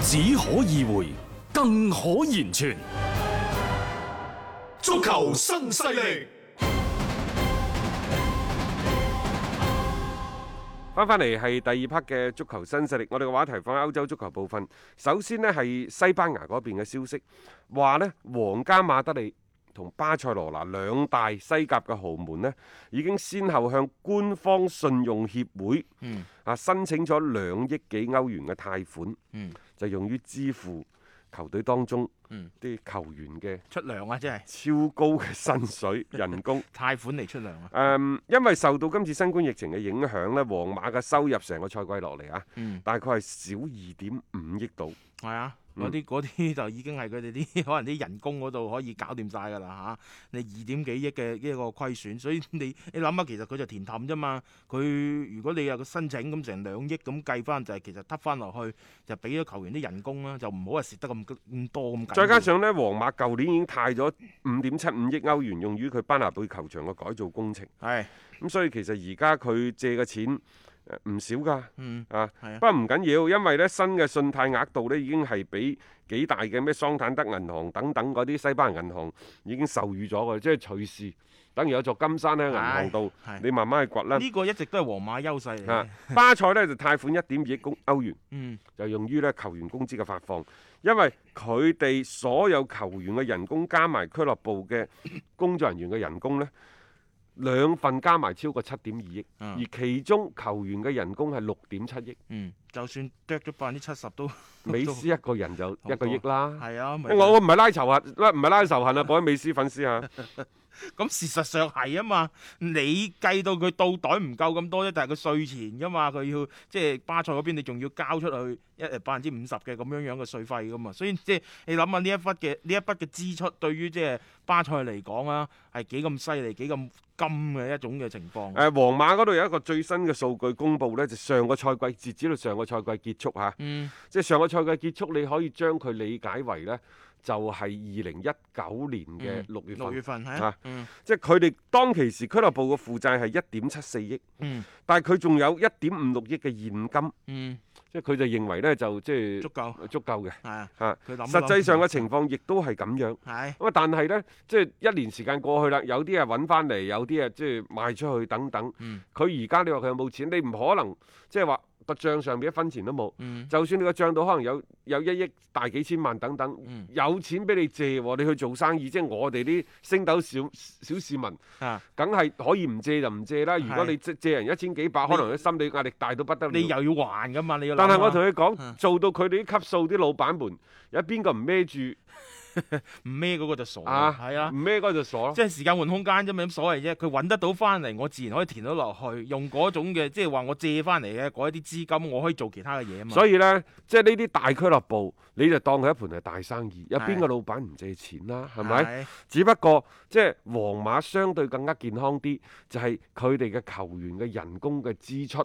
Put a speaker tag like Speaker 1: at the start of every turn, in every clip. Speaker 1: 只可意會，更可言傳。
Speaker 2: 足球新勢力。
Speaker 3: 翻翻嚟係第二 part 嘅足球新勢力，我哋嘅話題放喺歐洲足球部分。首先呢係西班牙嗰邊嘅消息，話呢皇家馬德里同巴塞羅那兩大西甲嘅豪門呢，已經先後向官方信用協會、啊申請咗兩億幾歐元嘅貸款，就用於支付球隊當中啲球員嘅
Speaker 4: 出糧啊，真係
Speaker 3: 超高嘅薪水、人工。
Speaker 4: 貸款嚟出糧啊！
Speaker 3: 誒、嗯因為受到今次新冠疫情嘅影響呢，皇馬嘅收入成個賽季落嚟啊，
Speaker 4: 嗯
Speaker 3: 大概係少二點五億度。
Speaker 4: 係啊，
Speaker 3: 嗯
Speaker 4: 嗰啲嗰啲就已經係佢哋啲 可能啲人工嗰度可以搞掂晒㗎啦嚇。你二點幾億嘅呢個虧損，所以 你你諗下，其實佢就填氹啫嘛。佢如果你有個申請咁成兩億咁計翻，就係其實揼翻落去就俾咗球員啲人工啦，就唔好話蝕得咁咁多咁緊要。
Speaker 3: 再加上呢，皇馬舊年已經貸咗五點七五億歐元用於佢班拿貝球場嘅改造工程，
Speaker 4: 係
Speaker 3: 咁所以其實而家佢借嘅錢呃唔少㗎。
Speaker 4: 嗯
Speaker 3: 啊，
Speaker 4: 係啊
Speaker 3: 不過唔緊要，因為呢新嘅信貸額度呢已經係俾幾大嘅咩桑坦德銀行等等嗰啲西班牙銀行已經授予咗嘅，即係隨時等於有座金山喺銀行度
Speaker 4: 係，
Speaker 3: 你慢慢去掘啦。
Speaker 4: 呢個一直都係皇馬優勢嚟
Speaker 3: 啊
Speaker 4: 嘅。，
Speaker 3: 巴塞呢就貸款一點二億公歐元，
Speaker 4: 嗯
Speaker 3: 就用於咧球員工資嘅發放，因為佢哋所有球員嘅人工加埋俱樂部嘅工作人員嘅人工呢，兩份加埋超過七點二億，
Speaker 4: 嗯
Speaker 3: 而其中球員嘅人工係六點七億，
Speaker 4: 嗯，就算剁咗百分之七十 都
Speaker 3: 美斯一個人就一個億啦。
Speaker 4: 係啊，咪
Speaker 3: 我我唔係拉仇恨，唔係拉仇恨啊！ 各位美斯粉 絲啊，
Speaker 4: 咁事實上係啊嘛，你計到佢到袋唔夠咁多啫，但係佢税前噶嘛，佢要即係巴塞嗰邊，你仲要交出去一誒百分之五十嘅咁樣樣嘅税費噶嘛，所以即係你諗下呢一筆嘅呢一筆嘅支出，對於即係巴塞嚟講啊，係幾咁犀利、幾咁金嘅一種嘅情況。
Speaker 3: 誒皇馬嗰度有一個最新嘅數據公佈呢，就上個賽季截止到上個賽季結束啊嚇。
Speaker 4: 嗯，
Speaker 3: 即係上個賽季結束，你可以將佢理解為呢，就係二零一九年嘅
Speaker 4: 嗯
Speaker 3: 六月份。
Speaker 4: 六月份係
Speaker 3: 啊
Speaker 4: 啊，嗯
Speaker 3: 即係佢哋當其時俱樂部嘅負債係一點七四億，
Speaker 4: 嗯
Speaker 3: 但係佢仲有一點五六億嘅現金，
Speaker 4: 嗯，
Speaker 3: 即係佢就認為呢，就即係
Speaker 4: 足夠
Speaker 3: 足夠嘅
Speaker 4: 係啊，
Speaker 3: 嚇。
Speaker 4: 佢諗一諗
Speaker 3: 實際上嘅情況亦都係咁樣。
Speaker 4: 係
Speaker 3: 咁啊，但係呢，即係一年時間過去啦，有啲啊揾翻嚟，有啲啊即係賣出去等等。
Speaker 4: 嗯
Speaker 3: 佢而家你話佢有冇錢？你唔可能即係話個帳上面一分錢都冇。
Speaker 4: 嗯
Speaker 3: 就算你個帳度可能有有一億大幾千萬等等，
Speaker 4: 嗯
Speaker 3: 有錢俾你借喎，你去做生意，即係我哋啲星斗小小市民，
Speaker 4: 啊，
Speaker 3: 梗係可以唔借就唔借啦。如果
Speaker 4: 係
Speaker 3: 你借借人一千幾百，
Speaker 4: 你
Speaker 3: 可能佢心理壓力大到不得了。
Speaker 4: 你又要還噶嘛，你要諗
Speaker 3: 嗯但
Speaker 4: 啊。
Speaker 3: 係我同你講，
Speaker 4: 嗯
Speaker 3: 做到佢哋啲級數，啲老闆們有邊個唔孭
Speaker 4: 唔孭嗰個就傻
Speaker 3: 住啊
Speaker 4: 啦，？係啊
Speaker 3: 唔。孭嗰就傻咯
Speaker 4: 即。係時間換空間啫嘛，有乜所謂啫？佢揾得到翻嚟，我自然可以填到落去，用嗰種嘅即係話我借翻嚟嘅嗰一啲資金，我可以做其他嘅嘢啊嘛。
Speaker 3: 所
Speaker 4: 以
Speaker 3: 以呢，即係呢啲大俱樂部，你就當佢一盤係大生意。有邊個老闆唔借錢啦？係咪？？只不過即係皇馬相對更加健康啲，就係佢哋嘅球員嘅人工嘅支出，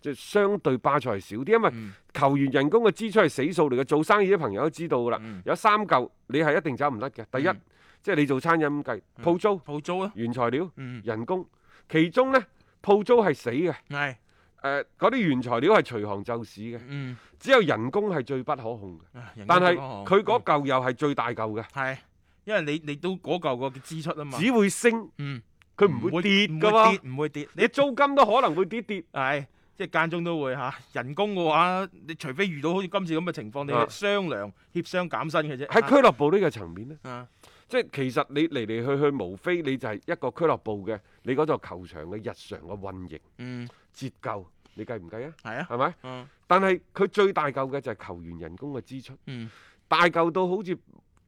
Speaker 3: 即係相對巴塞係少啲，因為
Speaker 4: 嗯
Speaker 3: 球員人工嘅支出係死數嚟嘅。做生意啲朋友都知道㗎啦，
Speaker 4: 嗯
Speaker 3: 有三嚿你係一定走唔甩嘅。第一，
Speaker 4: 嗯
Speaker 3: 即係你做餐飲咁計，鋪租、
Speaker 4: 鋪租啊，
Speaker 3: 原材料、
Speaker 4: 嗯，
Speaker 3: 人工，其中呢，鋪租係死嘅，
Speaker 4: 係，
Speaker 3: 誒嗰啲原材料係隨行就市嘅，
Speaker 4: 嗯，
Speaker 3: 只有人工係最不可控嘅。
Speaker 4: 啊人工
Speaker 3: 但係
Speaker 4: 都好嗯
Speaker 3: 佢嗰嚿又係最大嚿嘅，
Speaker 4: 係，因為你你都嗰嚿個支出啊嘛，
Speaker 3: 只會升，
Speaker 4: 嗯，
Speaker 3: 佢唔會跌
Speaker 4: 唔
Speaker 3: 㗎喎。
Speaker 4: 跌唔會跌，
Speaker 3: 你
Speaker 4: 你
Speaker 3: 租金都可能會跌跌，
Speaker 4: 係。即係間中都會嚇、人工嘅話，你除非遇到好似今次咁嘅情況，你
Speaker 3: 啊
Speaker 4: 係商量協商減薪嘅啫。
Speaker 3: 喺俱樂部呢個層面呢，
Speaker 4: 啊，
Speaker 3: 啊即係其實你嚟嚟去去，無非你就係一個俱樂部嘅你嗰座球場嘅日常嘅運營
Speaker 4: 嗯，
Speaker 3: 折舊，你計唔計啊？
Speaker 4: 係啊，
Speaker 3: 係咪？
Speaker 4: 嗯
Speaker 3: 但係佢最大嚿嘅就係球員人工嘅支出，
Speaker 4: 嗯
Speaker 3: 大嚿到好似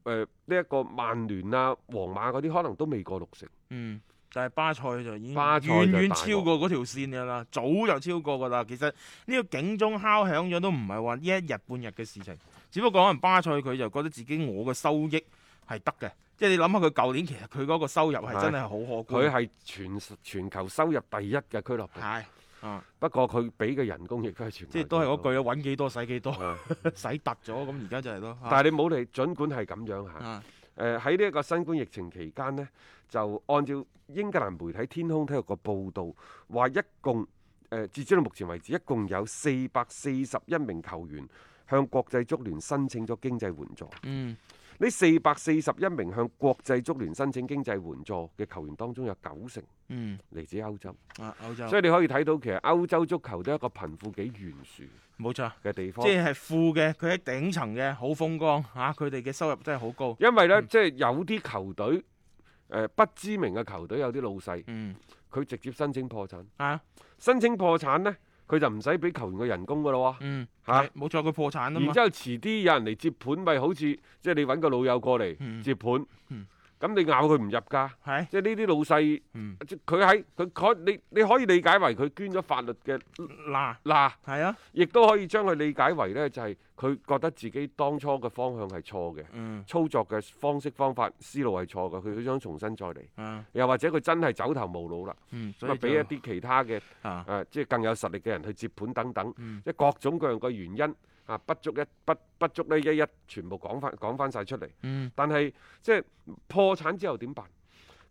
Speaker 3: 誒呢一個曼聯啊、皇馬嗰啲，可能都未過六成。
Speaker 4: 嗯，但係巴塞就已經
Speaker 3: 巴
Speaker 4: 遠
Speaker 3: 塞就大
Speaker 4: 遠
Speaker 3: 鑊
Speaker 4: 超過嗰條線㗎啦，早就超過㗎啦。其實呢個警鐘敲響咗都唔係話一日半日嘅事情，只不過可能巴塞佢就覺得自己我嘅收益係得嘅，即係你諗下佢舊年其實佢嗰個收入係真係好可
Speaker 3: 佢
Speaker 4: 觀，
Speaker 3: 係全全球收入第一嘅俱樂部，
Speaker 4: 係啊，
Speaker 3: 不過佢俾嘅人工亦都係全球
Speaker 4: 即係都係嗰
Speaker 3: 最
Speaker 4: 句啊，揾幾多使幾多，
Speaker 3: 高。啊
Speaker 4: 使突咗咁而家就係咯。
Speaker 3: 但係你冇理，儘管係咁樣嚇。
Speaker 4: 啊
Speaker 3: 誒呃喺呢一個新冠疫情期間呢，就按照英格蘭媒體《天空體育》嘅報導，話一共誒、呃截止到目前為止，一共有四百四十一名球員向國際足聯申請咗經濟援助。
Speaker 4: 嗯
Speaker 3: 呢四百四十一名向國際足聯申請經濟援助嘅球員當中，有九成
Speaker 4: 嗯
Speaker 3: 嚟自歐洲，
Speaker 4: 啊歐洲
Speaker 3: 所，以你可以睇到其實歐洲足球都係一個貧富幾懸殊
Speaker 4: 冇錯，
Speaker 3: 嘅地方
Speaker 4: 即。係富嘅，佢喺頂層嘅好風光嚇，佢哋嘅收入真係好高。
Speaker 3: 因為呢，即係有啲球隊誒、呃不知名嘅球隊有啲老細，
Speaker 4: 嗯
Speaker 3: 佢直接申請破產。
Speaker 4: 啊
Speaker 3: 申請破產呢，佢就唔使俾球員嘅人工噶咯喎，
Speaker 4: 嗯。
Speaker 3: 嚇、
Speaker 4: 係冇錯，佢破產啊
Speaker 3: 然
Speaker 4: 嘛
Speaker 3: 之。後遲啲有人嚟接盤，咪好似即係你揾個老友過嚟
Speaker 4: 嗯
Speaker 3: 接盤，咁、
Speaker 4: 嗯
Speaker 3: 你咬佢唔入㗎。
Speaker 4: 係，
Speaker 3: 即係呢啲老細，
Speaker 4: 嗯，
Speaker 3: 即佢喺佢可你你可以理解為佢捐咗法律嘅
Speaker 4: 嗱，
Speaker 3: 嗱，
Speaker 4: 係啊，
Speaker 3: 亦都可以將佢理解為呢，就係佢覺得自己當初嘅方向係錯嘅，
Speaker 4: 嗯，
Speaker 3: 操作嘅方式方法思路係錯嘅，佢佢想重新再嚟，
Speaker 4: 啊，
Speaker 3: 又或者佢真係走投無路啦，
Speaker 4: 嗯，所
Speaker 3: 咁啊
Speaker 4: 以
Speaker 3: 俾一
Speaker 4: 就
Speaker 3: 啲其他嘅。
Speaker 4: 啊，
Speaker 3: 誒、即係更有實力嘅人去接盤等等，
Speaker 4: 嗯
Speaker 3: 即係各種各樣嘅原因啊，不足一不不足呢一一全部講翻講翻晒出嚟。
Speaker 4: 嗯，
Speaker 3: 但係即係破產之後點辦？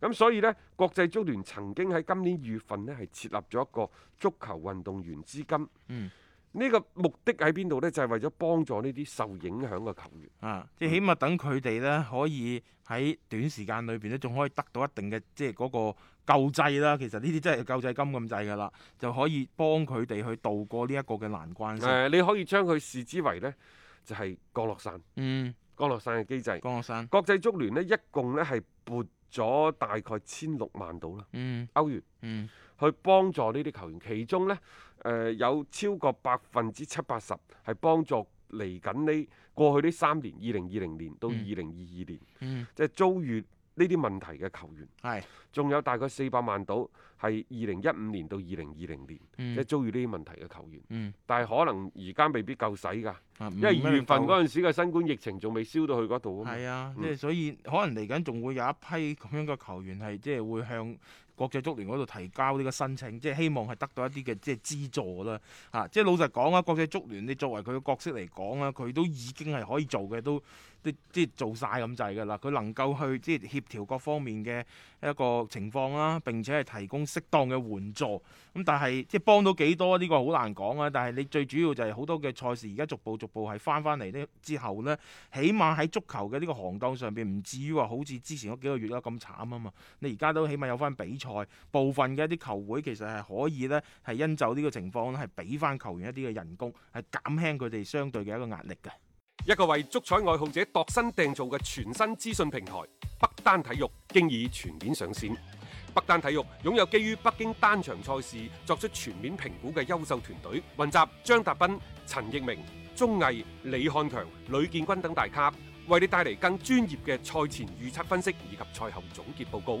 Speaker 3: 咁所以呢，國際足聯曾經喺今年二月份呢，係設立咗一個足球運動員資金。
Speaker 4: 嗯
Speaker 3: 呢個目的喺邊度呢？就係、為咗幫助呢啲受影響嘅球員。
Speaker 4: 啊，即係起碼等佢哋咧可以喺短時間裏邊咧，仲可以得到一定嘅即係嗰個救濟啦。其實呢啲真係救濟金咁滯㗎啦，就可以幫佢哋去渡過呢一個嘅難關
Speaker 3: 誒、
Speaker 4: 先。
Speaker 3: 你可以將佢視之為呢，就係、降落傘，
Speaker 4: 嗯，
Speaker 3: 降落傘嘅機制。
Speaker 4: 江學生，
Speaker 3: 國際足聯呢，一共呢係撥咗大概千六萬到啦
Speaker 4: 嗯
Speaker 3: 歐元。
Speaker 4: 嗯
Speaker 3: 去幫助呢啲球員，其中呢，誒、呃有超過百分之七八十係幫助嚟緊呢過去呢三年，二零二零年到二
Speaker 4: 嗯
Speaker 3: 零二二年，
Speaker 4: 嗯，
Speaker 3: 即係遭遇呢啲問題嘅球員，
Speaker 4: 係，
Speaker 3: 仲有大概四百萬到係二零一五年到二零二零年，即係
Speaker 4: 嗯
Speaker 3: 遭遇呢啲問題嘅球員，
Speaker 4: 嗯，
Speaker 3: 但係可能而家未必夠使㗎，
Speaker 4: 啊
Speaker 3: 因為二月份。
Speaker 4: 唔一定夠
Speaker 3: 嗰陣時嘅新冠疫情仲未燒到去嗰度啊嘛。
Speaker 4: 係啊，
Speaker 3: 嗯
Speaker 4: 即係所以可能嚟緊仲會有一批咁樣嘅球員係即係會向國際足聯嗰度提交呢個申請，即係希望係得到一啲嘅即係資助啦。嚇、即係老實講啊，國際足聯你作為佢嘅角色嚟講啊，佢都已經係可以做嘅，都即即係做晒咁滯㗎啦。佢能夠去即係協調各方面嘅一個情況啦，並且係提供適當嘅援助。咁但係即係幫到幾多呢、個好難講啊！但係你最主要就係好多嘅賽事而家逐步逐步係翻翻嚟呢之後呢，起碼喺足球嘅呢個行當上邊唔至於話好似之前嗰幾個月啦咁慘啊嘛。你而家都起碼有翻比賽，部分嘅一啲球會其實係可以呢，係因就呢個情況呢係俾翻球員一啲嘅人工，係減輕佢哋相對嘅一個壓力嘅。
Speaker 3: 一個為足彩愛好者度身訂造嘅全新資訊平台北單體育，經已全面上線。北單體育擁有基於北京單場賽事作出全面評估嘅優秀團隊，雲集張達斌、陳奕明、鐘毅、李漢強、呂建軍等大咖，為你帶嚟更專業嘅賽前預測分析以及賽後總結報告。